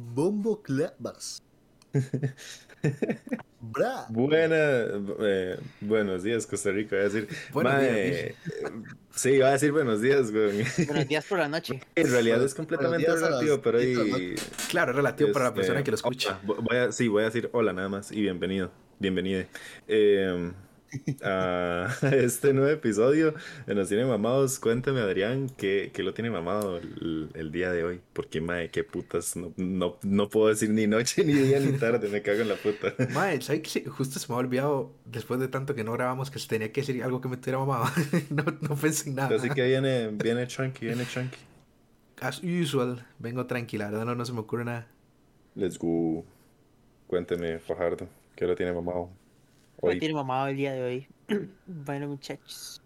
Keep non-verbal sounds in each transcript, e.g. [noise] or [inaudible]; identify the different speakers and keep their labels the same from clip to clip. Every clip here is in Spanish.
Speaker 1: Bombo
Speaker 2: [laughs]
Speaker 1: Clavas. Bra.
Speaker 2: Buena, eh, buenos días, Costa Rica. Voy a decir,
Speaker 3: [laughs] Buenos
Speaker 2: mae, [laughs] sí, va a decir buenos días. güey. [laughs]
Speaker 4: Buenos días por la noche.
Speaker 2: En realidad
Speaker 1: Buenos
Speaker 2: es completamente
Speaker 1: días a las
Speaker 2: relativo, pero ahí.
Speaker 1: chicas, ¿no?
Speaker 3: Claro, es relativo para la
Speaker 2: este,
Speaker 3: persona que lo escucha.
Speaker 2: hola, vo- voy a- sí, voy a decir hola nada más y bienvenido, bienvenide
Speaker 3: [laughs]
Speaker 2: eh, a [laughs] este nuevo episodio de Nos Tiene Mamados. Cuéntame, Adrián, ¿qué, qué lo tiene mamado el, el día de hoy? Porque, mae, qué putas. No, no, no puedo decir ni noche, [laughs] ni día, ni tarde. Me cago en la puta.
Speaker 3: Mae, ¿sabes qué? Justo se me ha olvidado, después de tanto que no grabamos, que tenía que decir algo que me tuviera mamado. [laughs] no, no pensé en nada.
Speaker 2: Así que viene, viene chunky, viene chunky.
Speaker 3: As usual, vengo tranquila, la verdad no, no se me
Speaker 2: [laughs]
Speaker 3: ocurre nada.
Speaker 2: Let's go. Cuénteme, Fajardo, ¿qué lo tiene mamado?
Speaker 4: No tiene mamado el día de hoy. [clears throat] Bueno, muchachos.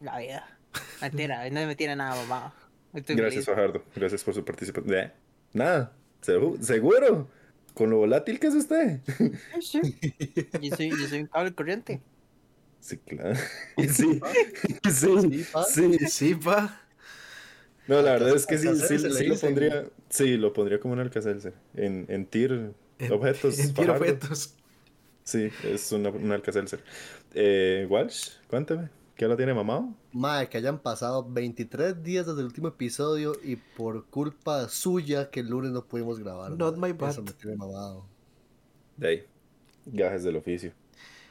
Speaker 4: La vida. Mentira, no me tiene nada mamado. Hoy estoy
Speaker 2: Gracias,
Speaker 4: feliz.
Speaker 2: Fajardo. Gracias por su participación. Eh, Nada, segu- seguro. Con lo volátil que es usted.
Speaker 4: Ay, sí. Yo soy, yo soy un cable corriente.
Speaker 2: Sí, claro. [laughs] Sí, sí,
Speaker 1: pa.
Speaker 2: sí.
Speaker 3: Sí, pa.
Speaker 2: No, la verdad es que sí, sí,
Speaker 1: Alcacelser, ahí
Speaker 2: sí lo
Speaker 1: lo tengo.
Speaker 2: pondría. Sí, lo pondría como un alcacelser. En, en tir [laughs]
Speaker 3: En-
Speaker 2: objetos.
Speaker 3: En tiro
Speaker 2: Fajardo.
Speaker 3: objetos.
Speaker 2: Sí, es una- un alcacelser. Eh, Walsh, cuénteme. ¿Qué lo tiene mamado?
Speaker 1: Mae, que hayan pasado 23 días desde el último episodio y por culpa suya que el lunes no pudimos grabar.
Speaker 3: Not
Speaker 1: mae.
Speaker 3: my bad.
Speaker 1: Eso me tiene mamado.
Speaker 2: De ahí. Gajes del oficio.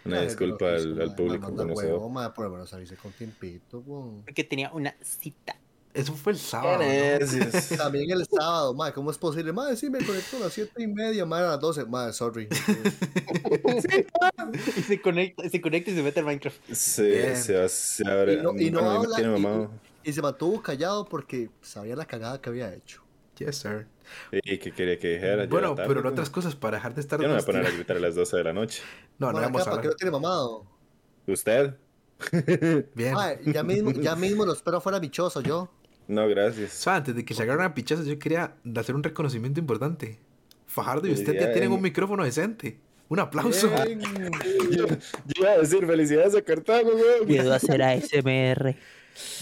Speaker 2: Una
Speaker 1: Mae,
Speaker 2: disculpa
Speaker 1: pero, pues,
Speaker 2: al, al
Speaker 1: mae, mae,
Speaker 2: público
Speaker 1: manda [laughs]
Speaker 2: conocedor.
Speaker 1: huevo, mae, por lo menos avise con tiempito, weón.
Speaker 4: Porque tenía una cita. [laughs]
Speaker 3: Eso fue el sábado. ¿no?
Speaker 2: Gracias.
Speaker 1: También el sábado, mae, ¿cómo es posible? Mae, sí, me conecto a las 7 y media, mae, a las 12. Mae,
Speaker 3: [laughs]
Speaker 1: sorry.
Speaker 4: Y se conecta, se conecta y se mete al Minecraft.
Speaker 2: Se,
Speaker 3: Bien.
Speaker 2: se, hace- se abre.
Speaker 1: Y no- y no
Speaker 2: a mí me
Speaker 1: habla,
Speaker 2: tiene
Speaker 1: y-
Speaker 2: mamado.
Speaker 1: Y se mantuvo callado porque sabía la cagada que había hecho.
Speaker 3: Yes, sir.
Speaker 2: ¿Y qué quería que dijera? Ya
Speaker 3: bueno,
Speaker 2: era tarde,
Speaker 3: pero en
Speaker 2: güey.
Speaker 3: otras cosas, para dejar de estar.
Speaker 2: Yo no me voy a
Speaker 3: dos
Speaker 2: poner a
Speaker 3: tira-
Speaker 2: gritar a las 12 de la noche.
Speaker 3: No, no
Speaker 1: Por
Speaker 3: vamos
Speaker 1: acá,
Speaker 3: a
Speaker 1: ¿para qué lo
Speaker 3: hablar.
Speaker 1: tiene mamado?
Speaker 2: ¿Usted?
Speaker 3: Bien.
Speaker 1: Mae, ya mismo, ya mismo lo espero fuera michoso
Speaker 3: [laughs]
Speaker 1: yo.
Speaker 2: No, gracias.
Speaker 3: So, antes de que se agarren a pichazos, yo quería hacer un reconocimiento importante. Fajardo y usted ya
Speaker 2: Bien.
Speaker 3: tienen un micrófono decente. Un aplauso.
Speaker 1: Bien.
Speaker 2: [laughs] Yo, yo iba a decir felicidades a Cartago, güey.
Speaker 4: Miedo a hacer ASMR.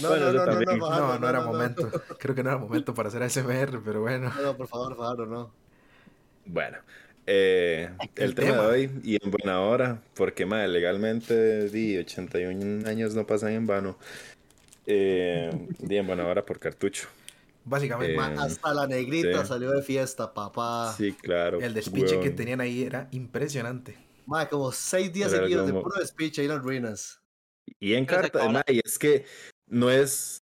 Speaker 1: No,
Speaker 2: Bueno,
Speaker 1: no, no,
Speaker 2: yo
Speaker 1: no,
Speaker 2: también.
Speaker 1: no, Fajardo,
Speaker 3: No, no era momento. Creo que no era momento para hacer ASMR, pero bueno.
Speaker 1: No, no, por favor, Fajardo, no.
Speaker 2: Bueno, eh, el
Speaker 3: El
Speaker 2: tema,
Speaker 3: tema.
Speaker 2: de hoy, y en buena hora, porque madre, legalmente di 81 años no pasan en vano. Eh, di en buena hora por cartucho.
Speaker 3: Básicamente,
Speaker 2: Eh,
Speaker 1: Ma, hasta la negrita
Speaker 2: sí.
Speaker 1: salió de fiesta, papá.
Speaker 2: Sí, claro.
Speaker 3: el despiche que
Speaker 2: huevón.
Speaker 3: tenían ahí era impresionante.
Speaker 1: Ma, como seis días
Speaker 2: Era
Speaker 1: seguidos de
Speaker 2: como-
Speaker 1: puro despiche ahí en las ruinas.
Speaker 2: Y en
Speaker 4: Pero se
Speaker 2: carta,
Speaker 4: acabó la-
Speaker 2: ma, y es que no es.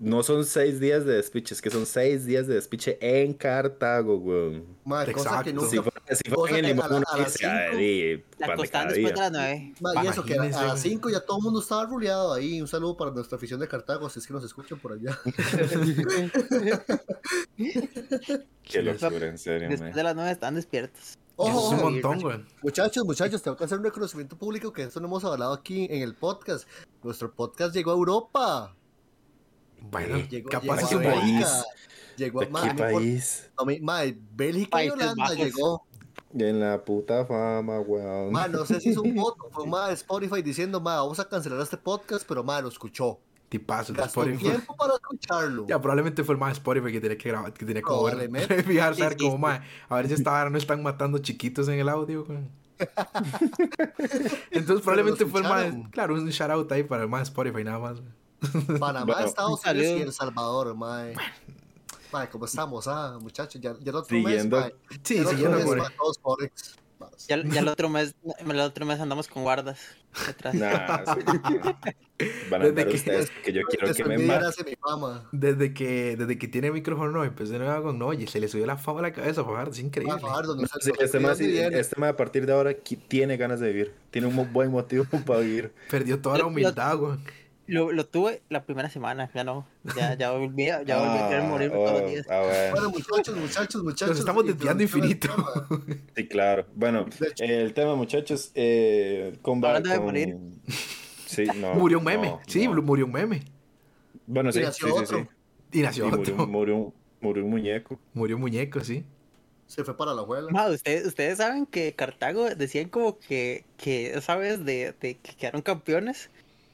Speaker 2: No son seis días de despiche, es que son seis días de despiche en Cartago, weón.
Speaker 1: Ma, cosa que
Speaker 3: Exacto.
Speaker 1: nunca.
Speaker 2: Si fuera, si fuera
Speaker 1: o sea,
Speaker 2: en el
Speaker 1: que a
Speaker 2: limón,
Speaker 1: la-
Speaker 2: uno
Speaker 1: a las
Speaker 2: dice, "Ay,
Speaker 1: cinco,
Speaker 2: di,
Speaker 4: La
Speaker 2: pan de
Speaker 4: acostaban
Speaker 2: cada
Speaker 4: después
Speaker 2: día".
Speaker 4: de las nueve.
Speaker 2: [laughs]
Speaker 1: Ma, y eso que a,
Speaker 3: Imagínense,
Speaker 1: a las
Speaker 3: güey.
Speaker 1: 5 ya todo el mundo estaba ruleado ahí. Un saludo para nuestra afición de Cartago, si es que nos escuchan por allá.
Speaker 2: Qué locura, en serio, ma.
Speaker 4: Después de las nueve están despiertos.
Speaker 3: [laughs] Eso es un
Speaker 1: Ojo,
Speaker 3: montón, güey.
Speaker 1: Oh, muchachos, muchachos, tengo que hacer un reconocimiento público que esto no hemos hablado aquí en el podcast. Nuestro podcast llegó a Europa.
Speaker 3: Bueno,
Speaker 1: Eh, Llegó,
Speaker 3: capaz es
Speaker 1: llegó
Speaker 3: un
Speaker 1: a
Speaker 2: país.
Speaker 3: país.
Speaker 1: Bélgica. Llegó a
Speaker 2: ¿De qué
Speaker 1: ma, no importa-
Speaker 2: país?
Speaker 1: no me- ma, Bélgica y
Speaker 4: Países
Speaker 1: Holanda
Speaker 4: Bajos.
Speaker 1: llegó.
Speaker 2: En la puta fama, weón.
Speaker 1: Ma, no sé si es un voto, fue un ma de Spotify diciendo, ma, vamos a cancelar este podcast, pero ma, lo escuchó.
Speaker 3: Tipazo de
Speaker 1: Gastó
Speaker 3: Spotify.
Speaker 1: tiempo para escucharlo.
Speaker 3: Ya, probablemente fue el más Spotify que tenía que grabar, que tenía que [laughs] mover.
Speaker 1: Probablemente.
Speaker 3: Fijarse a ver
Speaker 4: Sí, sí,
Speaker 3: como,
Speaker 4: sí.
Speaker 3: mae, a ver si esta vara no están matando chiquitos en el
Speaker 1: [laughs]
Speaker 3: audio, güey. Entonces probablemente fue el más,
Speaker 1: escucharon.
Speaker 3: claro, un shout out ahí para el más Spotify nada más. güey.
Speaker 1: Panamá,
Speaker 2: Bueno.
Speaker 1: Estados Unidos y
Speaker 4: Salud.
Speaker 1: El Salvador, ma. Ma, ¿cómo estamos, ah, muchachos? Ya, ya el otro
Speaker 2: Siguiendo-
Speaker 1: mes, ma.
Speaker 3: Sí,
Speaker 1: Ya el otro
Speaker 3: siguiendo
Speaker 1: mes,
Speaker 3: por
Speaker 1: ma, todos forex. Ma,
Speaker 4: Ya, ya el otro mes, el otro mes andamos con guardas. Atrás.
Speaker 2: Nah, sí. Van a
Speaker 3: Desde
Speaker 2: andar
Speaker 3: que-
Speaker 2: ustedes porque yo quiero que me
Speaker 1: defendí
Speaker 2: maten.
Speaker 1: gracias a mi fama.
Speaker 3: Desde que, desde que tiene micrófono empecé nueva con oye, se le subió la fama a la cabeza, Fajardo, es
Speaker 1: Ma,
Speaker 3: increíble.
Speaker 1: Fajardo, no sé,
Speaker 2: Sí,
Speaker 1: no sé
Speaker 2: este
Speaker 1: de
Speaker 2: ma,
Speaker 1: dónde
Speaker 2: sí,
Speaker 1: viene.
Speaker 2: este ma, a partir de ahora qui- tiene ganas de vivir. Tiene un mo- buen motivo [laughs] para vivir.
Speaker 3: Perdió toda la
Speaker 4: Yo- yo-
Speaker 3: humildad, güey.
Speaker 4: Lo, lo tuve la primera semana, ya no. Ya, ya volví, a- ya volví a querer
Speaker 2: Ah,
Speaker 4: morirme todos
Speaker 2: oh,
Speaker 4: los días.
Speaker 2: ah, bueno.
Speaker 1: Bueno, muchachos, muchachos, muchachos.
Speaker 3: Nos estamos
Speaker 1: y-
Speaker 3: desviando
Speaker 1: y-
Speaker 3: infinito.
Speaker 2: Sí, claro. Bueno,
Speaker 1: De hecho.
Speaker 2: el tema, muchachos, eh, con... va-
Speaker 4: Hablando de
Speaker 2: con-
Speaker 4: morir.
Speaker 3: [laughs]
Speaker 2: Sí, no,
Speaker 3: murió un meme,
Speaker 2: no,
Speaker 3: sí,
Speaker 2: no.
Speaker 3: murió un meme.
Speaker 2: Bueno, sí,
Speaker 1: Y
Speaker 2: sí,
Speaker 1: nació
Speaker 2: sí,
Speaker 1: otro.
Speaker 2: sí.
Speaker 3: Y
Speaker 2: Sí,
Speaker 3: nació
Speaker 2: murió,
Speaker 3: otro.
Speaker 2: un- murió un, murió un muñeco.
Speaker 3: Murió un muñeco, sí.
Speaker 1: Se fue para la abuela.
Speaker 4: Ma, ustedes, ustedes saben que Cartago decían como que, que esa vez de, de que quedaron campeones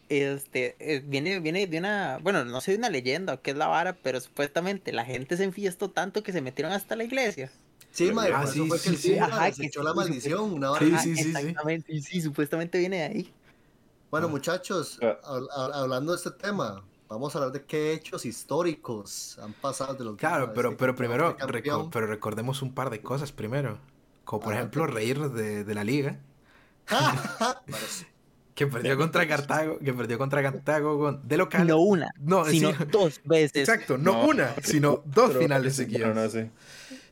Speaker 4: Este, eh, viene, viene de una, bueno, no sé de una leyenda o qué es la vara, pero supuestamente la gente se enfiestó tanto que se metieron hasta la iglesia.
Speaker 1: Sí,
Speaker 2: Ah,
Speaker 1: mae, por eso
Speaker 3: sí,
Speaker 1: fue que el
Speaker 3: sí, sí.
Speaker 1: Puma
Speaker 4: Ajá, que
Speaker 1: desechó
Speaker 4: sí,
Speaker 1: la
Speaker 4: sí,
Speaker 1: maldición, una hora
Speaker 3: Sí,
Speaker 4: Ajá,
Speaker 3: sí, sí, sí.
Speaker 4: Exactamente, sí, sí, supuestamente viene de ahí.
Speaker 1: Bueno,
Speaker 3: Ah.
Speaker 1: muchachos,
Speaker 2: Ah.
Speaker 1: hab- hab- hablando de este tema, vamos a hablar de qué hechos históricos han pasado de los este
Speaker 3: Claro, pero, pero primero reco-
Speaker 1: campeón. Ah,
Speaker 3: pero recordemos un par de cosas primero. Como por
Speaker 1: Ajá.
Speaker 3: ejemplo reírnos de, de la
Speaker 1: [laughs]
Speaker 3: liga,
Speaker 1: Parece-
Speaker 3: [laughs] que perdió contra Cartago, que perdió contra Cartago con- de local.
Speaker 4: No una,
Speaker 3: No, es
Speaker 4: sino
Speaker 3: decir,
Speaker 4: dos veces.
Speaker 3: [laughs] exacto, no,
Speaker 2: No,
Speaker 3: una, sino dos
Speaker 2: Pero-
Speaker 3: finales
Speaker 2: Bueno,
Speaker 3: seguidas.
Speaker 2: no sé.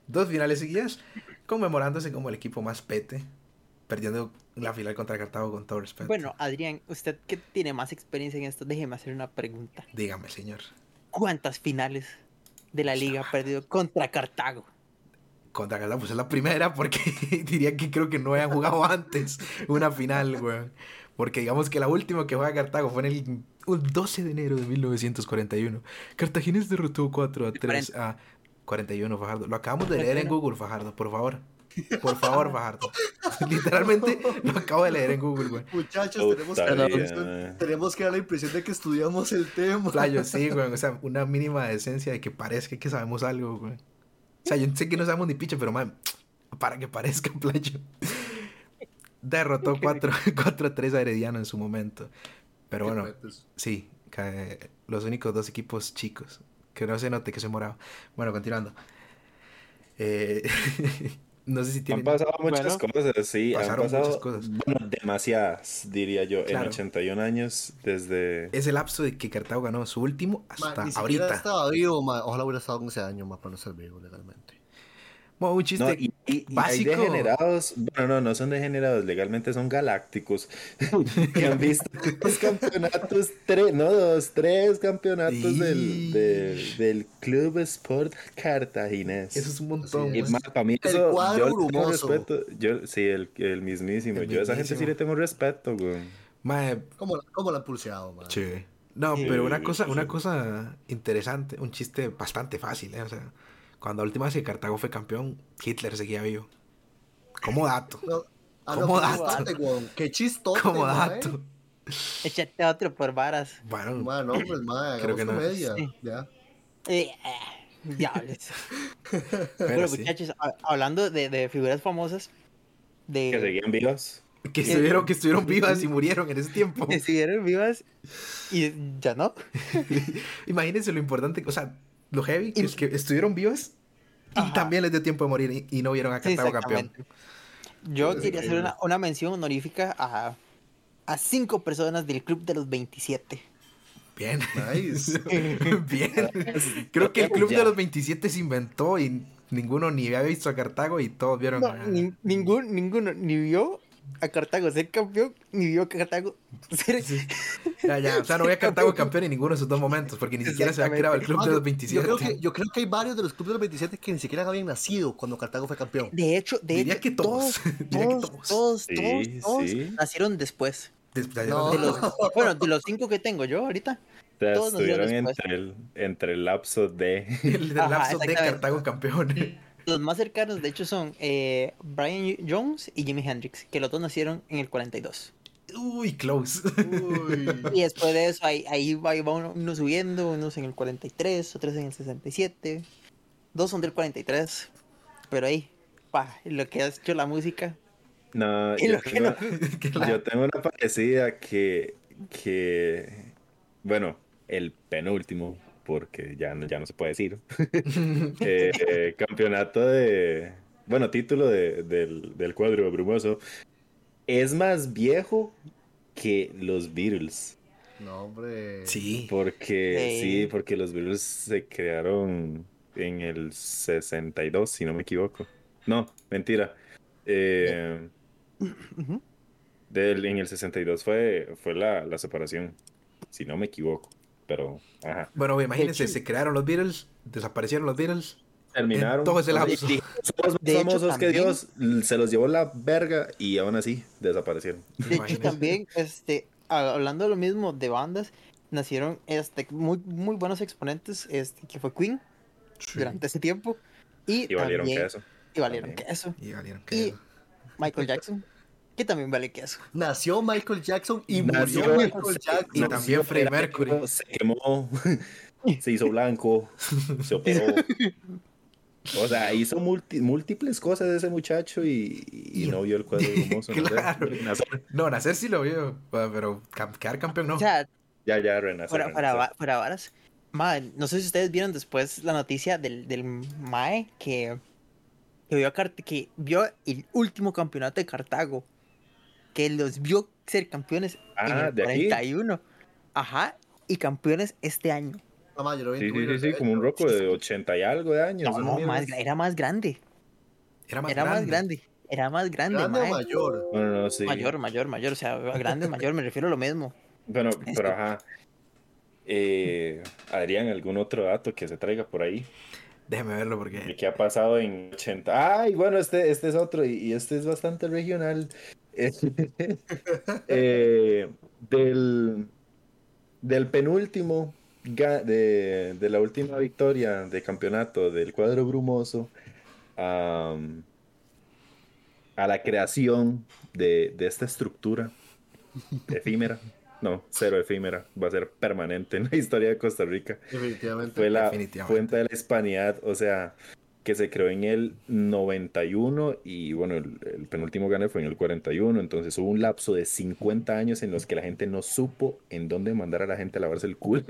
Speaker 3: Dos finales seguidas, conmemorándose como el equipo más pete, perdiendo la final contra Cartago con todo respeto.
Speaker 4: Bueno, Adrián, usted que tiene más experiencia en esto, déjeme hacer una pregunta.
Speaker 3: Dígame, señor,
Speaker 4: ¿Cuántas finales de la liga ha perdido contra Cartago?
Speaker 3: contra Cartago pues es la primera porque [laughs] diría que creo que no habían jugado antes una final, weón. Porque digamos que la última que juega Cartago fue en el un 12 de enero de 1941. Cartaginés derrotó 4 a 3 a 41, Fajardo. Lo acabamos de leer en Google, Fajardo, por favor. Por favor, Fajardo. [laughs] Literalmente lo acabo de leer en Google, weón.
Speaker 1: Muchachos, tenemos,
Speaker 2: Puta
Speaker 1: que dar la
Speaker 2: vida,
Speaker 1: impresión-
Speaker 2: mae.
Speaker 1: tenemos que dar la impresión de que estudiamos el tema. [laughs]
Speaker 3: Playo, sí, güey. O sea, una mínima decencia de que parezca que sabemos algo, güey. O sea, yo sé que no sabemos ni picha, pero, man, para que parezca, [laughs] playo. Derrotó [laughs] 4-3 a Herediano en su momento. Pero
Speaker 1: [laughs]
Speaker 3: bueno,
Speaker 1: pues.
Speaker 3: sí, ca- los únicos dos equipos chicos. Que no se note que soy morado. Bueno, continuando. Eh, [laughs] no sé si
Speaker 2: Han
Speaker 3: tienen...
Speaker 2: pasado muchas
Speaker 4: Bueno.
Speaker 2: cosas, sí, han
Speaker 3: Pasaron
Speaker 2: pasado
Speaker 3: muchas cosas.
Speaker 2: bueno, demasiadas, diría yo,
Speaker 3: Claro.
Speaker 2: en 81 años desde...
Speaker 3: Es el lapso de que Cartago ganó su último
Speaker 1: Ma,
Speaker 3: hasta
Speaker 1: ni siquiera
Speaker 3: ahorita.
Speaker 1: estaba vivo, ma. Ojalá hubiera estado en ese año, más para no ser vivo legalmente.
Speaker 3: Bueno, un
Speaker 2: No,
Speaker 3: chiste
Speaker 2: y, y- y hay
Speaker 3: básico.
Speaker 2: degenerados, bueno, no, no son degenerados, legalmente son galácticos, [laughs] que han visto los campeonatos, tres, no dos, tres campeonatos del, del, del Club Sport Cartaginés.
Speaker 3: Eso es un montón.
Speaker 1: Así
Speaker 2: Y
Speaker 1: es.
Speaker 3: güey.
Speaker 2: más, para mí
Speaker 1: El
Speaker 2: eso,
Speaker 1: cuadro
Speaker 2: yo le tengo
Speaker 1: brumoso.
Speaker 2: respeto, yo, sí, el, el mismísimo,
Speaker 3: El
Speaker 2: yo a esa gente sí
Speaker 3: mismísimo.
Speaker 2: le tengo respeto, güey.
Speaker 3: Mae,
Speaker 1: ¿Cómo, la- cómo la han pulseado, ma?
Speaker 3: Sí. No,
Speaker 4: Sí,
Speaker 3: pero una
Speaker 2: sí,
Speaker 3: cosa,
Speaker 2: sí,
Speaker 3: una
Speaker 2: sí.
Speaker 3: cosa interesante, un chiste bastante fácil, ¿eh? O sea, cuando la última vez que Cartago fue campeón, Hitler seguía vivo. Como dato.
Speaker 1: No, ah, no,
Speaker 3: Como
Speaker 1: qué
Speaker 3: dato.
Speaker 1: chistote, weón, Qué chistote,
Speaker 3: Como
Speaker 1: ma, eh.
Speaker 3: dato.
Speaker 4: Échate otro por varas.
Speaker 3: Bueno,
Speaker 1: Ma, no, pues, ma,
Speaker 3: Creo que
Speaker 1: hagamos
Speaker 3: no.
Speaker 1: comedia,
Speaker 4: Sí.
Speaker 1: ya.
Speaker 4: Eh, ah,
Speaker 3: [laughs]
Speaker 4: diablos.
Speaker 3: pero
Speaker 4: Bueno,
Speaker 3: sí.
Speaker 4: muchachos, ha- hablando de, de figuras famosas,
Speaker 2: Que
Speaker 4: de
Speaker 2: seguían vivos.
Speaker 3: Que estuvieron, que estuvieron vivas y murieron en ese
Speaker 4: [laughs]
Speaker 3: tiempo.
Speaker 4: que siguieron vivas y
Speaker 3: [laughs]
Speaker 4: ya no.
Speaker 3: Imagínense lo importante, o sea, lo heavy, que
Speaker 4: Y-
Speaker 3: es que estuvieron vivas y
Speaker 4: Ajá.
Speaker 3: también les dio tiempo de morir y, y no vieron a
Speaker 4: Sí,
Speaker 3: Cartago campeón.
Speaker 4: exactamente. Yo
Speaker 2: Es
Speaker 4: quería hacer
Speaker 2: increíble.
Speaker 4: una, una mención honorífica a, a cinco personas del club de los 27.
Speaker 3: Bien.
Speaker 1: Nice.
Speaker 3: [laughs] Bien. Creo que el club
Speaker 2: Ya.
Speaker 3: de los 27 se inventó y ninguno ni había visto a Cartago y todos vieron "Ah,
Speaker 4: No,
Speaker 3: a-
Speaker 4: ni- ningún, ninguno ni vio a Cartago ser campeón, ni vio a Cartago ser.
Speaker 3: Sí. Ya, ya. O sea, no
Speaker 4: [laughs]
Speaker 3: había Cartago campeón en ninguno de esos dos momentos, porque ni siquiera se había creado el club
Speaker 1: Ah,
Speaker 3: de
Speaker 1: yo-
Speaker 3: los 27.
Speaker 1: Yo creo, que, yo creo que hay varios de los clubes de los 27 que ni siquiera habían nacido cuando Cartago fue campeón.
Speaker 4: De hecho, de
Speaker 3: Diría
Speaker 4: hecho,
Speaker 3: que todos. [laughs] Diría que
Speaker 4: todos,
Speaker 3: todos.
Speaker 4: todos,
Speaker 2: Sí,
Speaker 4: todos, todos
Speaker 2: sí.
Speaker 4: nacieron después.
Speaker 3: Des-
Speaker 1: No.
Speaker 4: De los, bueno, de los cinco que tengo yo ahorita.
Speaker 2: O sea,
Speaker 4: Todos nos dieron
Speaker 2: estuvieron
Speaker 4: respuesta.
Speaker 2: entre el, entre el lapso de... [laughs]
Speaker 3: El [laughs] del
Speaker 4: Ajá,
Speaker 3: lapso de
Speaker 4: exactamente.
Speaker 3: Cartago campeón.
Speaker 4: Los más cercanos, de hecho, son eh, Brian Jones y Jimi Hendrix, que los dos nacieron en el 42.
Speaker 3: Uy, close. [laughs]
Speaker 4: Y después de eso, ahí, ahí va, ahí va uno, uno subiendo, unos en el 43, otros en el 67. Dos son del 43. Pero ahí, pa, lo que ha hecho la música.
Speaker 2: No,
Speaker 4: Y
Speaker 2: yo
Speaker 4: lo que
Speaker 2: tengo,
Speaker 3: Que [laughs] la-
Speaker 2: yo tengo una parecida que, que, bueno, el penúltimo, porque ya, no- ya no se puede decir, eh, eh, campeonato de, bueno, título de- del, del cuadro brumoso, es más viejo que los Beatles,
Speaker 1: No, hombre.
Speaker 3: Sí.
Speaker 2: porque,
Speaker 4: Sí.
Speaker 2: sí, porque los Beatles se crearon en el 62, si no me equivoco. No, mentira. Eh,
Speaker 4: Ujú.
Speaker 2: Del, en el 62 fue, fue la, la separación, si no me equivoco. Pero, ajá.
Speaker 3: Bueno, imagínense,
Speaker 4: hecho-
Speaker 3: se crearon los Beatles, desaparecieron los Beatles.
Speaker 2: Terminaron.
Speaker 3: Todo ese lapso.
Speaker 2: Sí,
Speaker 3: [laughs]
Speaker 2: Somos más
Speaker 4: De hecho,
Speaker 2: famosos que
Speaker 4: también-
Speaker 2: Dios. Se los llevó la verga y aún así desaparecieron.
Speaker 4: De hecho,
Speaker 3: Imagínese.
Speaker 4: también, este, a- hablando de lo mismo de bandas, nacieron este, muy, muy buenos exponentes, este, que fue Queen durante ese tiempo. Y,
Speaker 2: Y valieron
Speaker 4: también-
Speaker 2: que eso.
Speaker 4: Y valieron
Speaker 2: también.
Speaker 4: queso.
Speaker 3: Y valieron
Speaker 4: Y
Speaker 3: que-
Speaker 4: Michael Jackson. que también vale queso.
Speaker 1: Nació Michael Jackson y
Speaker 2: Nació
Speaker 1: murió
Speaker 2: Michael
Speaker 1: Michael Jackson.
Speaker 3: Y también Freddie Mercury.
Speaker 2: Se quemó, [laughs] se hizo blanco, se operó. O
Speaker 3: [laughs]
Speaker 2: sea, hizo multi- múltiples cosas de ese muchacho y, y
Speaker 3: Y-
Speaker 2: no vio el
Speaker 3: [laughs]
Speaker 2: cuadro hermoso. ¿no?
Speaker 3: Claro.
Speaker 2: Renacer.
Speaker 3: No, nacer sí lo vio, pa- pero cam- quedar campeón no.
Speaker 4: O sea,
Speaker 2: Ya, ya, renacer.
Speaker 4: Fuera, fuera,
Speaker 2: renacer.
Speaker 4: va- fuera varas. Ma, no sé si ustedes vieron después la noticia del, del Mae que, que, vio a Cart- que vio el último campeonato de Cartago. Que los vio ser campeones en
Speaker 2: Ah,
Speaker 4: el
Speaker 2: ¿de aquí?
Speaker 4: 41. Ajá, y campeones este año.
Speaker 1: Ah, ma, yo lo vi en
Speaker 2: Sí, sí,
Speaker 1: Twitter,
Speaker 2: sí, sí,
Speaker 1: de
Speaker 2: como un roco de 80 y algo de años.
Speaker 4: No,
Speaker 2: ¿no?
Speaker 4: no,
Speaker 2: Mierda.
Speaker 4: más, era más grande.
Speaker 3: Era más
Speaker 4: era
Speaker 3: grande.
Speaker 4: más grande. Era más grande,
Speaker 1: Grande o
Speaker 4: mae.
Speaker 1: mayor.
Speaker 2: No, no, no, sí.
Speaker 4: Mayor, mayor, mayor. O sea,
Speaker 2: [laughs]
Speaker 4: grande, mayor, me refiero a lo mismo.
Speaker 2: Bueno,
Speaker 4: Este.
Speaker 2: pero ajá. Eh, Adrián, ¿algún otro dato que se traiga por ahí?
Speaker 3: Déjeme verlo
Speaker 2: ¿De
Speaker 3: porque.
Speaker 2: qué ha pasado en 80? Ay, bueno, este, este es otro y, y este es bastante regional. [laughs] Eh, eh, del, del penúltimo ga- de, de la última victoria de campeonato del cuadro brumoso am, a la creación de, de esta estructura efímera. No, cero efímera, va a ser permanente en la historia de Costa Rica
Speaker 1: Definitivamente.
Speaker 2: fue la
Speaker 3: Definitivamente.
Speaker 2: fuente de la hispanidad, o sea, que se creó en el 91 y bueno, el, el penúltimo gane fue en el 41, entonces hubo un lapso de 50 años en los que la gente no supo en dónde mandar a la gente a lavarse el
Speaker 3: [laughs]
Speaker 2: culo.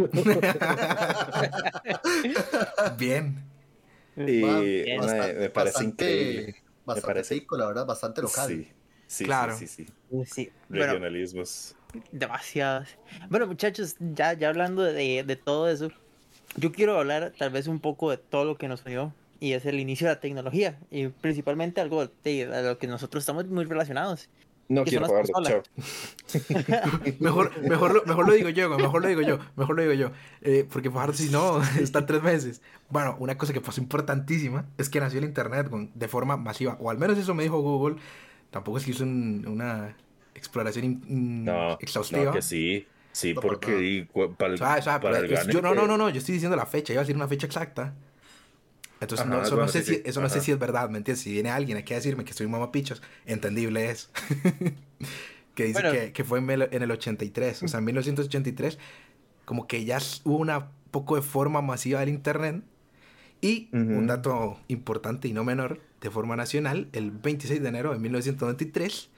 Speaker 3: [laughs] Bien.
Speaker 2: [laughs] y
Speaker 1: Ma,
Speaker 2: mae,
Speaker 1: bastante-
Speaker 2: me parece
Speaker 1: bastante-
Speaker 2: increíble.
Speaker 1: Bastante
Speaker 2: parece-
Speaker 1: rico, la verdad, bastante local.
Speaker 2: Sí, sí,
Speaker 3: Claro.
Speaker 2: sí, sí, sí.
Speaker 4: Sí, bueno,
Speaker 2: Regionalismos.
Speaker 4: Demasiadas. Bueno, muchachos, ya, ya hablando de, de todo eso, yo quiero hablar tal vez un poco de todo lo que nos unió y es el inicio de la tecnología y principalmente algo de, a lo que nosotros estamos muy relacionados.
Speaker 2: No
Speaker 4: ¿Qué
Speaker 2: quiero
Speaker 4: son las
Speaker 2: pagar los
Speaker 4: consolas?
Speaker 2: chavos.
Speaker 3: Mejor, mejor, lo, mejor lo digo yo, güey, mejor lo digo yo, mejor lo digo yo. Eh, porque Fajardo si no, [laughs] está tres meses. Bueno, una cosa que pasó importantísima es que nació el Internet güey, de forma masiva. O al menos eso me dijo Google. Tampoco es que hizo un- una exploración in- in-
Speaker 2: No,
Speaker 3: exhaustiva.
Speaker 2: no, que sí. Sí,
Speaker 1: No,
Speaker 2: porque
Speaker 1: papá.
Speaker 2: di- cu- para el,
Speaker 3: Suave, suave,
Speaker 2: para
Speaker 3: pero
Speaker 2: el
Speaker 3: es-
Speaker 2: gane pues.
Speaker 3: yo, no, no,
Speaker 2: que-
Speaker 3: no, no, yo estoy diciendo la fecha, iba a decir una fecha exacta. Entonces, no,
Speaker 2: Ajá,
Speaker 3: eso, no
Speaker 2: bueno,
Speaker 3: sé,
Speaker 2: sí,
Speaker 3: si,
Speaker 2: sí,
Speaker 3: eso no sé
Speaker 2: ajá.
Speaker 3: si es verdad, ¿me entiendes? Si viene alguien aquí a decirme que soy mamapichos, entendible es. [laughs] que dice
Speaker 4: Bueno.
Speaker 3: que, que fue en mil- en el 83, o sea, en 1983, como que ya s- hubo una poco de forma masiva del Internet. Y
Speaker 2: Ujú.
Speaker 3: un dato importante y no menor, de forma nacional, el 26 de enero de 1993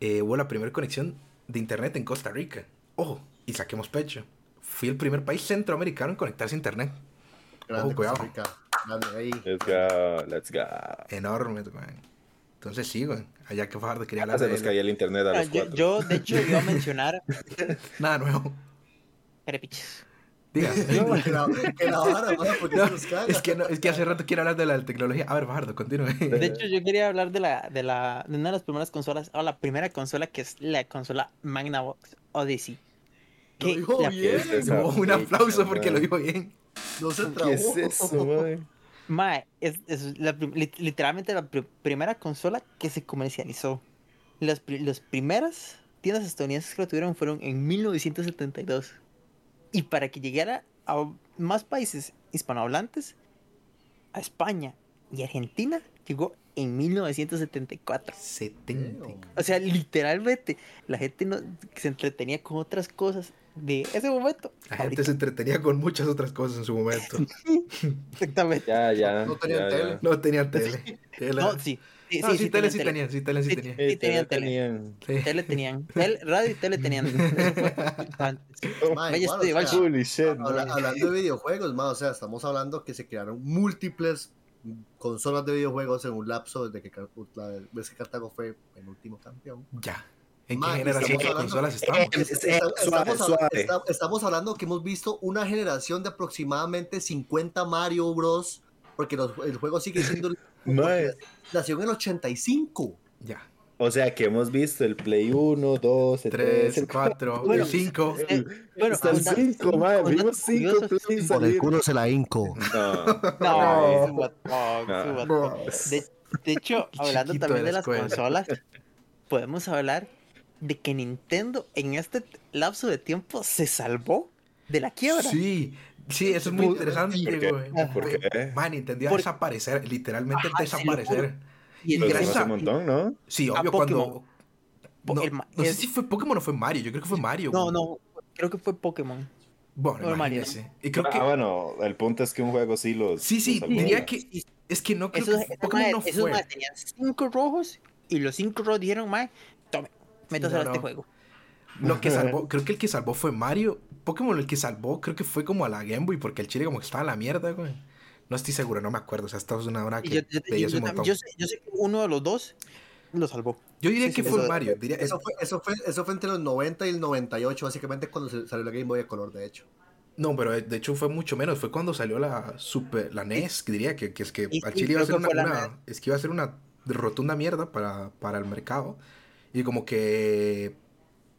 Speaker 3: eh, hubo la primera conexión de Internet en Costa Rica. Ojo, y saquemos pecho. Fui el primer país centroamericano en conectarse a Internet.
Speaker 1: Grande,
Speaker 3: Ojo, cuidado.
Speaker 1: Costa Rica. Grande,
Speaker 2: [laughs]
Speaker 1: ahí.
Speaker 2: Let's go, let's go.
Speaker 3: Enorme, weón. Entonces sí, güey. Allá que Fajardo quería hablar
Speaker 2: Ah, se
Speaker 3: de
Speaker 2: nos
Speaker 3: él.
Speaker 2: caía el internet a
Speaker 4: Bueno,
Speaker 2: los
Speaker 4: yo,
Speaker 2: cuatro.
Speaker 4: yo,
Speaker 2: [laughs]
Speaker 4: de hecho, iba a mencionar...
Speaker 3: Nada nuevo.
Speaker 4: Carepiches.
Speaker 3: Diga.
Speaker 2: Eh,
Speaker 1: Que la- que la vara, ma, porque
Speaker 3: No,
Speaker 1: se nos caga.
Speaker 3: es, que no, es que hace rato quiero hablar de la tecnología. A ver, Fajardo, continúe.
Speaker 2: Eh.
Speaker 4: De hecho, yo quería hablar de, la, de, la, de una de las primeras consolas, o la primera consola, que es la consola Magnavox Odyssey.
Speaker 1: Lo
Speaker 4: Que
Speaker 1: dijo
Speaker 4: la-
Speaker 1: bien.
Speaker 2: Este
Speaker 3: [laughs]
Speaker 2: Es esa
Speaker 3: No, un aplauso
Speaker 2: fecha,
Speaker 3: porque lo
Speaker 2: mae.
Speaker 3: dijo bien.
Speaker 1: No se
Speaker 2: ¿Qué
Speaker 1: trabó. [laughs]
Speaker 2: es eso, mae?
Speaker 4: Mae, es, es la prim- lit- literalmente la pri- primera consola que se comercializó. Las, pri- las primeras tiendas estadounidenses que lo tuvieron fueron en 1972. Y para que llegara a más países hispanohablantes, a España y Argentina, llegó en 1974.
Speaker 3: 70.
Speaker 4: O sea, literalmente, la gente no, se entretenía con otras cosas de ese momento.
Speaker 3: La gente
Speaker 4: Ahorita,
Speaker 3: se entretenía con muchas otras cosas en su momento.
Speaker 4: Exactamente.
Speaker 2: Ya, ya.
Speaker 1: No tenían
Speaker 2: ya, ya.
Speaker 1: tele.
Speaker 3: No tenían tele. Tele-
Speaker 4: No, sí. Sí,
Speaker 3: No,
Speaker 4: sí,
Speaker 3: sí,
Speaker 4: sí
Speaker 3: tele
Speaker 4: tenían
Speaker 3: sí
Speaker 4: tele.
Speaker 3: tenían, sí, tele sí
Speaker 4: Sí,
Speaker 3: tenían.
Speaker 2: Eh,
Speaker 4: Sí, tenían tele.
Speaker 2: tenían.
Speaker 3: Sí. [laughs]
Speaker 4: Tele tenían. Tel- radio y tele tenían. Eso fue antes.
Speaker 1: Ma,
Speaker 4: Vaya,
Speaker 1: igual,
Speaker 4: estoy
Speaker 1: o
Speaker 4: igual.
Speaker 1: sea,
Speaker 2: Holy shit,
Speaker 1: habla-
Speaker 2: mae.
Speaker 1: hablando de videojuegos, ma, o sea, estamos hablando que se crearon múltiples consolas de videojuegos en un lapso desde que, Car- la vez que Cartago fue el último campeón.
Speaker 3: Ya. ¿En
Speaker 1: Ma,
Speaker 3: qué
Speaker 1: estamos
Speaker 3: generación de
Speaker 1: hablando-
Speaker 3: consolas estamos?
Speaker 1: Es- es-
Speaker 2: Eh,
Speaker 1: está-
Speaker 2: suave,
Speaker 1: Estamos
Speaker 2: suave.
Speaker 1: hab- está- estamos hablando que hemos visto una generación de aproximadamente 50 Mario Bros. Porque los- el juego sigue siendo. el
Speaker 2: [laughs]
Speaker 1: mismo,
Speaker 2: Mae.
Speaker 1: porque Nació en el 85.
Speaker 3: Ya.
Speaker 2: O sea que hemos visto el Play 1, 2, 3,
Speaker 3: 3, 4,
Speaker 4: [laughs] Bueno,
Speaker 3: 5.
Speaker 4: Bueno,
Speaker 2: Hasta el
Speaker 4: un dato-
Speaker 2: 5,
Speaker 4: un-
Speaker 2: mae.
Speaker 4: un dato
Speaker 2: Vimos 5
Speaker 4: curioso-
Speaker 2: Play salir.
Speaker 1: se la inco.
Speaker 2: No.
Speaker 4: [laughs] No,
Speaker 2: Ay,
Speaker 4: es un guatón, es un guatón. De, de hecho,
Speaker 3: Ah. [laughs] Qué
Speaker 4: hablando
Speaker 3: chiquito
Speaker 4: también
Speaker 3: de
Speaker 4: de
Speaker 3: la
Speaker 4: las
Speaker 3: escuela.
Speaker 4: consolas, podemos hablar de que Nintendo en este lapso de tiempo se salvó de la quiebra.
Speaker 3: Sí, sí, eso es muy
Speaker 1: ¿Por
Speaker 3: interesante,
Speaker 2: qué?
Speaker 3: güey.
Speaker 2: ¿Por qué?
Speaker 3: Man, Nintendo iba a
Speaker 4: Por-
Speaker 3: desaparecer, literalmente
Speaker 4: Ajá, se lo
Speaker 3: desaparecer.
Speaker 4: Y
Speaker 2: Pero Pues
Speaker 3: gracias
Speaker 2: hace
Speaker 3: a-
Speaker 2: un montón, ¿no?
Speaker 3: Sí,
Speaker 4: A
Speaker 3: obvio, cuando.
Speaker 4: Pokémon. Po-
Speaker 3: No,
Speaker 4: el ma-
Speaker 3: no sé
Speaker 4: es-
Speaker 3: si fue Pokémon o fue Mario. Yo creo que fue Mario.
Speaker 4: no,
Speaker 3: güey.
Speaker 4: no, creo que fue Pokémon.
Speaker 3: Bueno,
Speaker 4: fue Mario,
Speaker 3: imagínese. Y creo
Speaker 2: Ah,
Speaker 3: que.
Speaker 2: bueno, el punto es que un juego sí los.
Speaker 3: Sí, sí,
Speaker 2: los
Speaker 3: diría
Speaker 2: acomoda.
Speaker 3: que. Es que no creo
Speaker 4: Esos,
Speaker 3: que
Speaker 4: esos
Speaker 3: Pokémon
Speaker 4: mae-
Speaker 3: no
Speaker 4: esos
Speaker 3: fue.
Speaker 4: mae tenían cinco rojos y los cinco rojos dijeron, mae, tome, métase
Speaker 3: No,
Speaker 4: a este
Speaker 3: no.
Speaker 4: juego.
Speaker 3: Lo que salvó, creo que el que salvó fue Mario. Pokémon el que salvó, creo que fue como a la Game Boy, porque el chile como que estaba en la mierda, güey. No estoy seguro, no me acuerdo. O sea, esta es una hora
Speaker 4: Y
Speaker 3: que
Speaker 4: yo, yo-
Speaker 3: veía hace
Speaker 4: yo
Speaker 3: un
Speaker 4: tam-
Speaker 3: montón.
Speaker 4: yo sé, yo sé que uno de los dos lo salvó.
Speaker 3: Yo diría
Speaker 4: sí,
Speaker 3: que
Speaker 4: sí,
Speaker 3: fue
Speaker 1: eso-
Speaker 3: Mario. Diría,
Speaker 1: Eso fue, eso, fue, eso fue entre los 90 y el 98, básicamente cuando se- salió la Game Boy de color, de hecho.
Speaker 3: No, pero eh, de hecho fue mucho menos. Fue cuando salió la Super, la NES, que diría que, que es que
Speaker 4: Sí,
Speaker 3: al
Speaker 4: sí,
Speaker 3: Chile iba a
Speaker 4: creo
Speaker 3: ser
Speaker 4: que
Speaker 3: una,
Speaker 4: fue la E
Speaker 3: una- es que iba a ser una rotunda mierda para, para el mercado. Y como que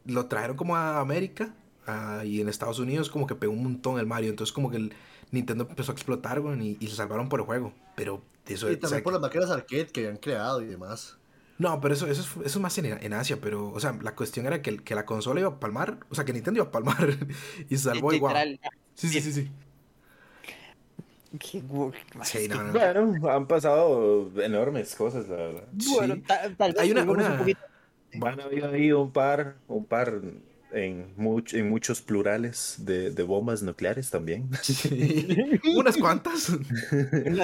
Speaker 3: lo trajeron como a América ah, y en Estados Unidos como que pegó un montón el Mario. Entonces como que el Nintendo empezó a explotar, güey, y, y se salvaron por el juego. Pero eso
Speaker 1: Y
Speaker 3: o sea,
Speaker 1: también por
Speaker 3: que-
Speaker 1: las máquinas arcade que habían creado y demás.
Speaker 3: No, pero eso, eso, es, eso es más en, en Asia, pero, o sea, la cuestión era que, el- que la consola iba a palmar, o sea, que Nintendo iba a palmar [laughs] y se salvó igual.
Speaker 4: Literal.
Speaker 3: Sí, sí, sí, sí.
Speaker 4: [laughs] Qué gu- mae,
Speaker 3: Sí,
Speaker 4: es
Speaker 3: no,
Speaker 4: que-
Speaker 3: no, no.
Speaker 2: Bueno, han pasado enormes cosas, la verdad.
Speaker 4: Bueno,
Speaker 3: Sí.
Speaker 4: ta- tal vez
Speaker 3: Hay una-
Speaker 4: volvemos un
Speaker 3: una-
Speaker 4: poquito-
Speaker 2: Han habido ahí un par, un par en, much- en muchos plurales de, de bombas nucleares también. [laughs]
Speaker 3: Sí. [laughs] Unas cuantas. [laughs]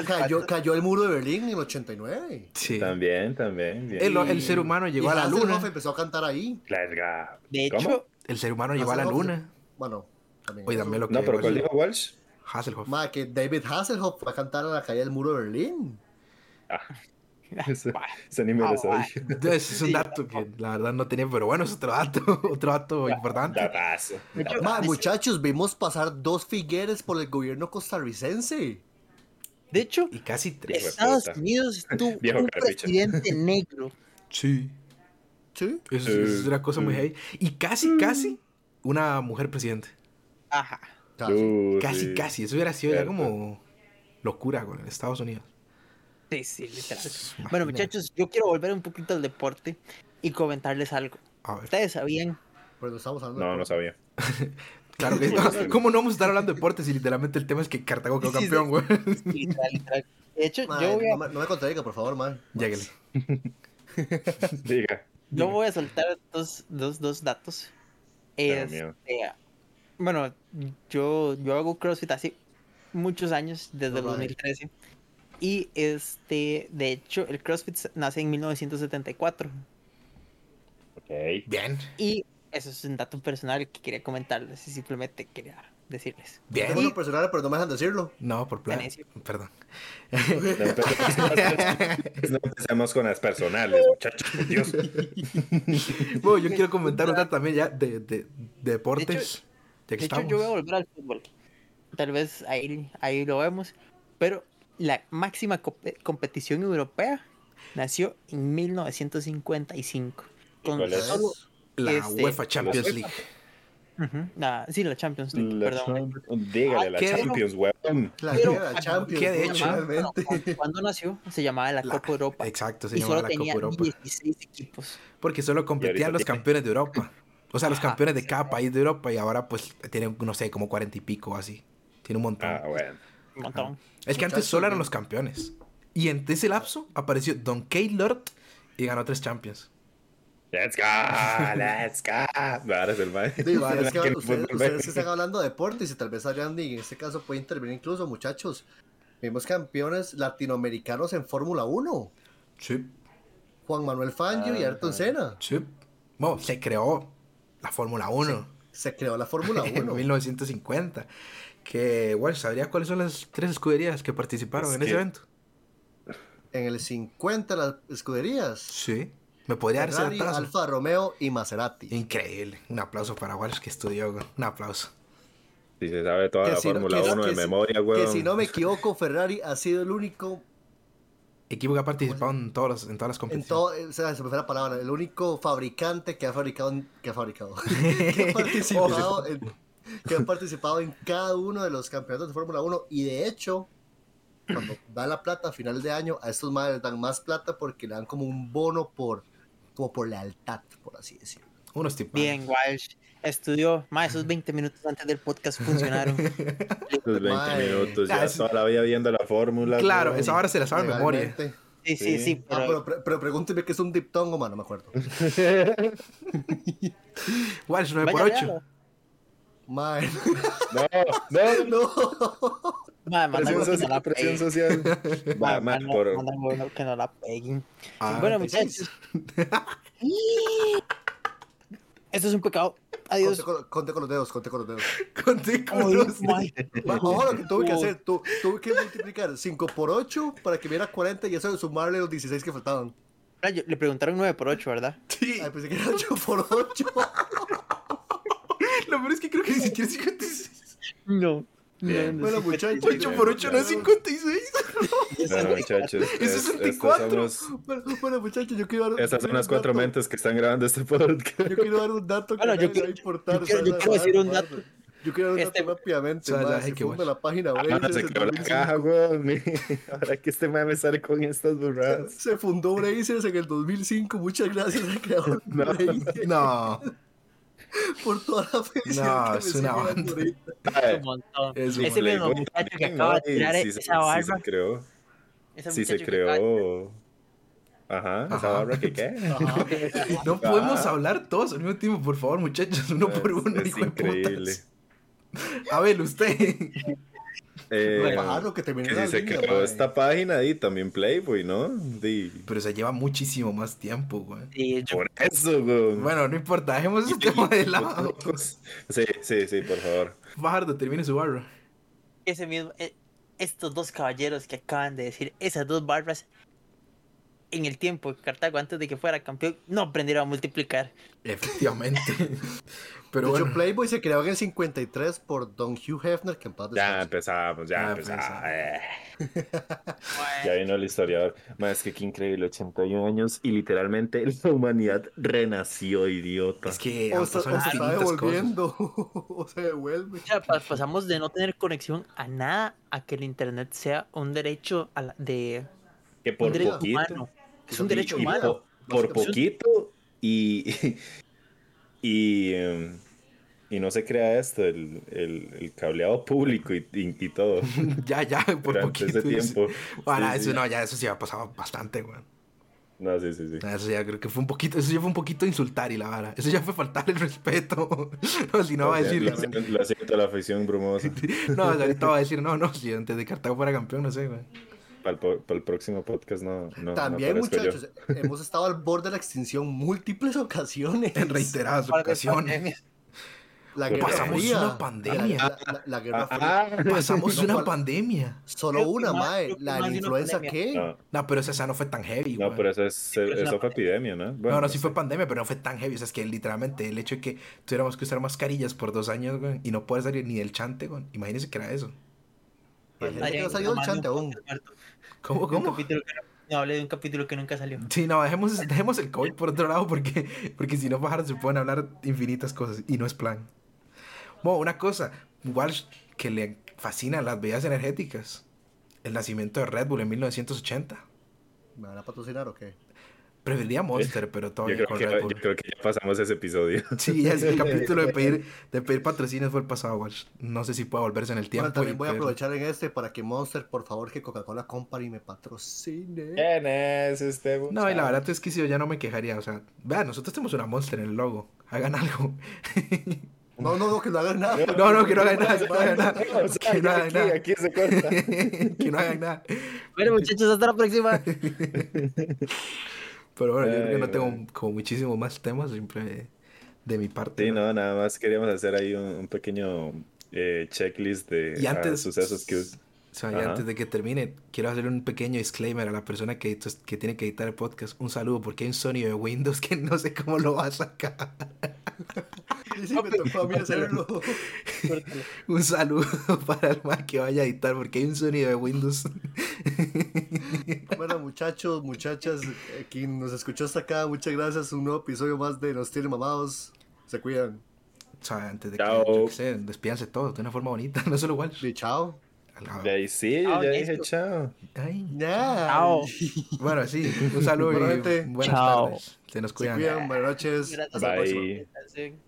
Speaker 1: Cayó, cayó el muro de Berlín en el 89.
Speaker 3: Sí.
Speaker 2: También, también. bien.
Speaker 3: El, el ser humano llegó
Speaker 1: Y
Speaker 3: a la
Speaker 1: Hasselhoff
Speaker 3: luna.
Speaker 1: empezó a cantar ahí.
Speaker 2: Larga.
Speaker 4: De
Speaker 2: ¿Cómo?
Speaker 4: hecho,
Speaker 3: El ser humano llegó a la
Speaker 1: Hasselhoff.
Speaker 3: luna.
Speaker 1: Bueno, también.
Speaker 3: Oye,
Speaker 1: eso.
Speaker 3: dame lo que
Speaker 2: No, pero
Speaker 3: llegó
Speaker 2: ¿cuál
Speaker 3: el-
Speaker 2: dijo Walsh?
Speaker 4: [laughs]
Speaker 3: Hasselhoff. [laughs]
Speaker 1: Ma, que David Hasselhoff va a cantar a la calle del muro de Berlín.
Speaker 2: Ese, ese ni me
Speaker 4: Ah,
Speaker 2: lo sabía.
Speaker 3: Entonces, es un dato que la verdad no tenía, pero bueno, es otro dato, [laughs] otro dato importante.
Speaker 4: [laughs]
Speaker 2: Datazo.
Speaker 4: de hecho,
Speaker 1: Ma,
Speaker 4: de-
Speaker 1: muchachos, vimos pasar dos Figueres por el gobierno costarricense.
Speaker 4: de hecho,
Speaker 3: Y casi
Speaker 2: de
Speaker 3: tres.
Speaker 4: Estados
Speaker 2: puta.
Speaker 4: Unidos tuvo
Speaker 2: Viejo
Speaker 4: un
Speaker 2: carpicho. [laughs]
Speaker 4: presidente negro.
Speaker 3: Sí.
Speaker 1: Sí.
Speaker 3: Eso, es- eso es una cosa muy
Speaker 2: Eh,
Speaker 3: heavy. Y
Speaker 2: mm.
Speaker 3: casi, casi una mujer presidente.
Speaker 4: Ajá.
Speaker 1: Casi.
Speaker 2: Uh,
Speaker 3: Casi,
Speaker 2: sí.
Speaker 3: casi. Eso hubiera sido ya
Speaker 2: Cierto.
Speaker 3: como locura güey, en Estados Unidos.
Speaker 4: Sí, sí, literal.
Speaker 3: Imagínate.
Speaker 4: Bueno, muchachos, yo quiero volver un poquito al deporte y comentarles algo.
Speaker 3: A ver.
Speaker 4: Ustedes sabían,
Speaker 1: Pero no estamos hablando de-
Speaker 2: No, no sabía. [laughs]
Speaker 3: Claro que ¿Cómo no vamos a estar hablando de deportes si literalmente el tema es que Cartago quedó
Speaker 4: Sí, sí, sí.
Speaker 3: campeón, güey? [laughs]
Speaker 4: literal, literal. De hecho,
Speaker 1: Ma,
Speaker 4: yo voy
Speaker 1: no,
Speaker 4: a,
Speaker 1: me, no me contradiga, por favor, ma.
Speaker 3: Lléguele.
Speaker 2: Diga.
Speaker 4: yo voy a soltar dos, dos, dos datos.
Speaker 2: Pero mío.
Speaker 4: Este, bueno, yo, yo hago CrossFit hace muchos años, desde el
Speaker 1: Alright.
Speaker 4: 2013. Y este, de hecho, el CrossFit nace en 1974.
Speaker 2: Ok.
Speaker 3: Bien,
Speaker 4: Y eso es un dato personal que quería comentarles y simplemente quería decirles.
Speaker 3: bien.
Speaker 1: Tengo lo personal, pero no me dejan decirlo.
Speaker 3: No, por plan.
Speaker 4: Venecia. [laughs]
Speaker 3: Perdón.
Speaker 2: No empecemos- no empecemos con las personales, muchachos. por
Speaker 4: [laughs]
Speaker 2: Dios.
Speaker 3: [laughs] Bueno, yo quiero comentar otra también ya de, de- de deportes. ya que
Speaker 4: De hecho,
Speaker 3: estamos.
Speaker 4: yo voy a volver al fútbol. Tal vez ahí, ahí lo vemos. Pero la máxima compe- competición europea nació en 1955. Con
Speaker 2: cuál es?
Speaker 4: solo,
Speaker 3: la
Speaker 4: este,
Speaker 3: UEFA Champions
Speaker 2: la
Speaker 3: League.
Speaker 4: Ujú, la- sí, la Champions League,
Speaker 2: La
Speaker 4: perdón.
Speaker 2: Champ- Dígale, la
Speaker 3: Ah, ¿qué?
Speaker 2: Champions, weón.
Speaker 1: La
Speaker 4: Pero-
Speaker 1: guerra,
Speaker 4: Ah,
Speaker 1: Champions.
Speaker 3: ¿qué de hecho?
Speaker 4: Bueno,
Speaker 1: realmente.
Speaker 4: cu- cuando nació se llamaba la,
Speaker 3: La-
Speaker 4: Copa Europa
Speaker 3: Exacto, se
Speaker 4: y
Speaker 3: llamaba la
Speaker 4: solo tenía
Speaker 3: Copa Europa.
Speaker 4: 16 equipos.
Speaker 3: Porque solo competían
Speaker 2: ahorita
Speaker 3: los
Speaker 2: tiene.
Speaker 3: campeones de Europa. O sea, los
Speaker 4: Ajá,
Speaker 3: campeones de cada país de Europa y ahora pues tienen, no sé, como cuarenta y pico o así. Tiene un montón.
Speaker 2: Ah, bueno.
Speaker 4: Un montón.
Speaker 3: es que antes
Speaker 1: muchachos,
Speaker 3: solo eran
Speaker 1: bien.
Speaker 3: los campeones. Y en ese lapso apareció Don Keylord y ganó tres Champions.
Speaker 2: Let's go, let's go. [laughs] Ahora es el mae.
Speaker 1: Digo,
Speaker 2: [laughs]
Speaker 1: es que
Speaker 2: Que no
Speaker 1: ustedes,
Speaker 2: puedo
Speaker 1: ustedes
Speaker 2: volver.
Speaker 1: están hablando de deportes y tal vez Ariandi en este caso puede intervenir incluso, muchachos. Vimos campeones latinoamericanos en Fórmula 1.
Speaker 3: Sí,
Speaker 1: Juan Manuel Fangio y Ayrton Senna.
Speaker 3: sí. Bueno, se creó la Fórmula 1.
Speaker 1: Se creó la Fórmula
Speaker 3: [laughs] en
Speaker 1: 1.
Speaker 3: 1950. Que, bueno, ¿sabría cuáles son las tres escuderías que participaron
Speaker 2: Es
Speaker 3: en ese
Speaker 2: que-
Speaker 3: evento?
Speaker 1: en el 50 las escuderías.
Speaker 3: Sí. Me podría darse
Speaker 1: Ferrari,
Speaker 3: datazo.
Speaker 1: Alfa Romeo y Maserati.
Speaker 3: Increíble. Un aplauso para Walsh que estudió. güey. Un aplauso.
Speaker 2: Si se sabe toda
Speaker 1: Que
Speaker 2: la
Speaker 1: si no-
Speaker 2: Fórmula
Speaker 1: que-
Speaker 2: 1 de
Speaker 1: que si-
Speaker 2: memoria,
Speaker 1: Que
Speaker 2: weón.
Speaker 1: si no me equivoco, Ferrari ha sido el único,
Speaker 3: Equipo que ha participado en, todos los- en todas las
Speaker 1: en
Speaker 3: competiciones.
Speaker 1: todo, eh, o sea, se me fue la palabra, el único fabricante que ha fabricado, en- que ha fabricado,
Speaker 3: [laughs]
Speaker 1: que ha participado en, que ha participado en cada uno de los campeonatos de Fórmula 1 y de hecho, cuando da la plata a final de año, a estos madres dan más plata porque le dan como un bono por, como por lealtad, por así decirlo.
Speaker 3: Unos tipos.
Speaker 4: Bien, Walsh. Estudió. Más esos 20 minutos antes del podcast funcionaron.
Speaker 2: Los 20
Speaker 1: Mae.
Speaker 2: minutos,
Speaker 3: Ah,
Speaker 2: ya
Speaker 3: es-
Speaker 2: toda la vida viendo la Fórmula.
Speaker 3: Claro,
Speaker 2: weón.
Speaker 3: esa ahora se la sabe de memoria.
Speaker 1: Legalmente.
Speaker 4: Sí, sí,
Speaker 2: Sí.
Speaker 4: sí,
Speaker 1: Ah,
Speaker 4: pero,
Speaker 1: pero, pre- pero pregúnteme qué es un diptongo, mano, no me acuerdo.
Speaker 3: Walsh 9 por
Speaker 4: Vaya,
Speaker 3: 8
Speaker 4: véalo.
Speaker 1: Mae,
Speaker 2: No, [laughs] no, no.
Speaker 1: no.
Speaker 4: Ma, manda
Speaker 2: Presión
Speaker 4: algo que no
Speaker 2: social.
Speaker 4: la
Speaker 2: Presión
Speaker 4: peguen.
Speaker 2: social. Va, ma,
Speaker 4: Ma, manda-
Speaker 2: por-
Speaker 4: manda algo que no la peguen.
Speaker 3: Ah,
Speaker 4: bueno,
Speaker 1: sí.
Speaker 4: muchachos. [laughs] Esto es un pecado.
Speaker 1: Conte
Speaker 4: Adiós.
Speaker 1: con, conte con los dedos, conte con los dedos.
Speaker 3: conté [laughs] con
Speaker 4: Ay,
Speaker 3: los-
Speaker 4: mae.
Speaker 1: Ma, Ahora lo que tuve que
Speaker 4: Oh.
Speaker 1: hacer, tu- tuve que multiplicar 5 por 8 para que viera 40 y eso de sumarle los 16 que faltaban.
Speaker 4: Ah, yo- Le preguntaron 9 por 8, ¿verdad?
Speaker 3: Sí,
Speaker 1: Ay, pensé que era 8 por 8.
Speaker 3: lo peor es que creo que ni siquiera es 56.
Speaker 4: No.
Speaker 2: Bien.
Speaker 1: Bueno, muchachos.
Speaker 3: 8 por 8 no es 56.
Speaker 2: No, muchachos.
Speaker 3: Es
Speaker 2: es-
Speaker 3: 64.
Speaker 2: Estas Este, son,
Speaker 1: Bueno, bueno, muchachos, yo quiero dar.
Speaker 2: los- estas son
Speaker 1: quiero
Speaker 2: las
Speaker 1: un
Speaker 2: cuatro
Speaker 1: dato.
Speaker 2: mentes que están grabando este podcast.
Speaker 1: Yo quiero dar un dato que
Speaker 4: Bueno,
Speaker 1: nadie
Speaker 4: yo
Speaker 1: le
Speaker 4: quiero-
Speaker 1: va a importar.
Speaker 4: yo quiero-
Speaker 1: ¿sabes?
Speaker 4: yo quiero decir un
Speaker 1: Madre.
Speaker 4: dato.
Speaker 1: Yo quiero dar un
Speaker 4: Este-
Speaker 1: dato rápidamente.
Speaker 3: ¿Sabes?
Speaker 1: madre,
Speaker 3: Ay,
Speaker 1: se
Speaker 3: qué
Speaker 1: funda
Speaker 3: guay.
Speaker 1: la página web.
Speaker 2: Ah, se
Speaker 1: desde
Speaker 2: quebró la
Speaker 1: 2005.
Speaker 2: caja, weón. [laughs] Ahora que este mame sale con estas burradas.
Speaker 1: Se fundó Brazers en el 2005. Muchas gracias al creador de
Speaker 2: [laughs] No.
Speaker 1: Brazers
Speaker 3: [laughs] No,
Speaker 1: por toda la felicidad.
Speaker 3: No,
Speaker 1: que
Speaker 3: es
Speaker 1: me
Speaker 3: una
Speaker 1: sigue dando
Speaker 3: banda.
Speaker 1: ahorita.
Speaker 2: Ay,
Speaker 4: Un montón.
Speaker 3: es
Speaker 2: como
Speaker 3: un-
Speaker 4: Ese
Speaker 2: le
Speaker 4: mismo
Speaker 2: digo
Speaker 4: muchacho que
Speaker 2: también,
Speaker 4: acaba de
Speaker 2: ¿no? Y
Speaker 4: tirar
Speaker 2: sí se-
Speaker 4: esa
Speaker 2: Sí
Speaker 4: barba.
Speaker 2: se creó.
Speaker 4: Ese
Speaker 2: Sí se
Speaker 4: muchacho que acaba de-
Speaker 2: creó. Ajá, esa
Speaker 3: Ajá.
Speaker 2: barra que qué. [laughs]
Speaker 1: Ajá.
Speaker 3: No podemos hablar todos al mismo tiempo, por favor, muchachos, uno [laughs] por
Speaker 2: Es-
Speaker 3: uno,
Speaker 2: es
Speaker 3: hijo de
Speaker 2: increíble.
Speaker 3: putas. Abel, usted.
Speaker 2: Eh,
Speaker 1: Pájaro que terminó
Speaker 2: que
Speaker 1: la
Speaker 2: si se
Speaker 1: línea,
Speaker 2: creó
Speaker 1: madre.
Speaker 2: esta página y también Playboy, ¿no? Di-
Speaker 3: Pero se lleva muchísimo más tiempo, güey.
Speaker 4: Sí, yo-
Speaker 2: por eso, weón.
Speaker 3: Bueno, no importa, dejemos
Speaker 2: [laughs]
Speaker 3: ese tema de lado.
Speaker 2: Sí, sí, sí, por favor.
Speaker 3: Fajardo, termine su barra.
Speaker 4: ese mismo, eh, estos dos caballeros que acaban de decir esas dos barras en el tiempo que Cartago antes de que fuera campeón no aprendieron a multiplicar.
Speaker 3: Efectivamente. Pero
Speaker 1: de hecho,
Speaker 3: bueno,
Speaker 1: Playboy se creó en el 53 por Don Hugh Hefner, que en paz
Speaker 2: Ya
Speaker 1: descanse.
Speaker 2: empezamos, ya
Speaker 3: Ya
Speaker 2: empezamos.
Speaker 3: empezamos.
Speaker 2: eh. Ya vino el historiador. Más que qué increíble, 81 años y literalmente la humanidad renació, idiota.
Speaker 3: es que
Speaker 1: O,
Speaker 3: han
Speaker 1: se- o
Speaker 3: pasado
Speaker 1: se está
Speaker 3: infinitas cosas.
Speaker 1: devolviendo, [laughs] o se devuelve.
Speaker 4: O sea, pa- pasamos de no tener conexión a nada a que el internet sea un derecho a la- de
Speaker 2: que
Speaker 4: un
Speaker 2: por
Speaker 4: derecho
Speaker 2: poquito.
Speaker 4: humano. Es un
Speaker 1: Y-
Speaker 4: derecho
Speaker 2: y
Speaker 4: humano. pues,
Speaker 2: po- por
Speaker 1: Básicamente.
Speaker 2: poquito y. [laughs] Y. em, y no se crea esto, el, el- el cableado público y, y- y todo.
Speaker 3: Ya, ya, [laughs] por
Speaker 2: durante
Speaker 3: poquito.
Speaker 2: ese
Speaker 3: dice.
Speaker 2: tiempo.
Speaker 3: Bueno,
Speaker 2: Sí,
Speaker 3: eso
Speaker 2: sí.
Speaker 3: no, ya eso sí ha pasado bastante, güey.
Speaker 2: No, sí, sí, sí.
Speaker 3: Eso ya creo que fue un poquito, eso ya fue un poquito insultar y la vara. Eso ya fue faltar el respeto. [laughs] No, si no va a
Speaker 2: Lo
Speaker 3: decir,
Speaker 2: siento- Lo siento, la afición
Speaker 3: [laughs]
Speaker 2: brumosa.
Speaker 3: no, ahorita va a decir, no, no, si antes de Cartago fuera campeón, no sé, güey.
Speaker 2: Para el, próximo podcast no. no
Speaker 1: También,
Speaker 2: no aparezco yo.
Speaker 1: muchachos, hemos estado al borde de la extinción múltiples [laughs] ocasiones.
Speaker 3: En reiteradas ocasiones.
Speaker 1: La
Speaker 2: Pero
Speaker 1: guerra
Speaker 2: pasamos
Speaker 1: fría,
Speaker 3: una pandemia.
Speaker 1: La, la- la guerra fría.
Speaker 2: Ah,
Speaker 3: Pasamos
Speaker 1: No,
Speaker 3: una
Speaker 1: ¿cuál?
Speaker 3: pandemia.
Speaker 1: Solo
Speaker 4: Creo que
Speaker 1: una,
Speaker 4: más-
Speaker 1: mae.
Speaker 4: creo que
Speaker 1: La de
Speaker 4: más
Speaker 1: la
Speaker 4: de una
Speaker 1: influenza,
Speaker 4: pandemia.
Speaker 1: ¿qué?
Speaker 2: no,
Speaker 3: No, pero esa, esa no fue tan heavy,
Speaker 2: no,
Speaker 3: güey.
Speaker 2: pero eso, es,
Speaker 4: pero es
Speaker 2: eso
Speaker 4: una
Speaker 2: fue epidemia, ¿no? Bueno, pues,
Speaker 3: no, no, sí fue pandemia, pero no fue tan heavy. O sea, es que literalmente el hecho de que tuviéramos que usar mascarillas por dos años, güey, y no poder salir ni del chante, güey. Imagínense que era eso. pues,
Speaker 1: La gente que
Speaker 4: Ay,
Speaker 1: no salió del
Speaker 4: mamá,
Speaker 1: chante
Speaker 4: no,
Speaker 1: aún.
Speaker 4: Alberto,
Speaker 3: ¿Cómo,
Speaker 4: un
Speaker 3: cómo?
Speaker 4: capítulo que no- No, hablé de un capítulo que nunca salió.
Speaker 3: Sí, no, dejemos, dejemos el COVID por otro lado porque, porque si no bajaron se pueden hablar infinitas cosas y no es plan. Bueno, una cosa, Walsh que le fascina las bebidas energéticas. El nacimiento de Red Bull en 1980.
Speaker 1: ¿Me van a patrocinar o qué?
Speaker 3: Preferiría Monster, pero
Speaker 2: Yo
Speaker 3: todavía
Speaker 2: creo,
Speaker 3: con
Speaker 2: que,
Speaker 3: Red
Speaker 2: yo
Speaker 3: Bull.
Speaker 2: creo que ya pasamos ese episodio.
Speaker 3: Sí, ya es el capítulo de pedir, de pedir patrocinios fue el pasado, Walsh. No sé si puede volverse en el tiempo.
Speaker 1: Bueno, también
Speaker 3: y
Speaker 1: voy a
Speaker 3: pedir-
Speaker 1: aprovechar en este para que Monster, por favor, que Coca-Cola Company me patrocine.
Speaker 2: ¿Quién es este?
Speaker 3: No, y la verdad es que si yo ya no me quejaría. O sea, vean, nosotros tenemos una Monster en el logo. Hagan algo. [laughs]
Speaker 1: No, no, no, que no hagan nada.
Speaker 3: No, no, que no hagan nada, [laughs] que no hagan nada.
Speaker 2: [laughs]
Speaker 3: Que no hagan
Speaker 2: aquí,
Speaker 3: nada.
Speaker 2: aquí se corta.
Speaker 3: que no hagan nada.
Speaker 4: [laughs] Bueno, muchachos, hasta la próxima.
Speaker 3: Pero bueno, yo creo
Speaker 2: Ay,
Speaker 3: que no
Speaker 2: man.
Speaker 3: tengo como muchísimo más temas, siempre de mi parte.
Speaker 2: Sí,
Speaker 3: ¿no?
Speaker 2: no, nada más queríamos hacer ahí un, un pequeño eh, checklist de
Speaker 3: Y antes,
Speaker 2: ah, sucesos que...
Speaker 3: o sea, y
Speaker 2: Ajá.
Speaker 3: antes de que termine, quiero hacer un pequeño disclaimer a la persona que, editó- que tiene que editar el podcast. Un saludo, porque hay un sonido de Windows que no sé cómo lo va a sacar. [laughs]
Speaker 1: Y sí, me tocó a mí hacerlo.
Speaker 3: Un saludo [laughs] para el man que vaya a editar, porque hay un sonido de Windows.
Speaker 1: Bueno, muchachos, muchachas, eh, quien nos escuchó hasta acá, muchas gracias. Un nuevo episodio más de Los Tiene Mamados. Se cuidan.
Speaker 3: O sea, antes de
Speaker 2: Chao.
Speaker 3: que, yo qué sé, despídanse todos de una forma bonita, [laughs] no solo igual.
Speaker 1: Y chao.
Speaker 2: De ahí sí,
Speaker 4: Ah,
Speaker 2: yo ya
Speaker 4: ok,
Speaker 2: dije
Speaker 4: esto.
Speaker 2: chao.
Speaker 3: Ay.
Speaker 1: Ya.
Speaker 4: Chao.
Speaker 3: Bueno, sí, un saludo
Speaker 1: Bueno,
Speaker 3: y
Speaker 1: gente,
Speaker 3: buenas
Speaker 4: chao.
Speaker 3: tardes. Se nos
Speaker 1: Se
Speaker 3: cuidan.
Speaker 1: cuidan, buenas noches.
Speaker 4: Gracias
Speaker 1: Hasta la
Speaker 4: por su
Speaker 1: próxima.
Speaker 2: Bye.
Speaker 4: invitación.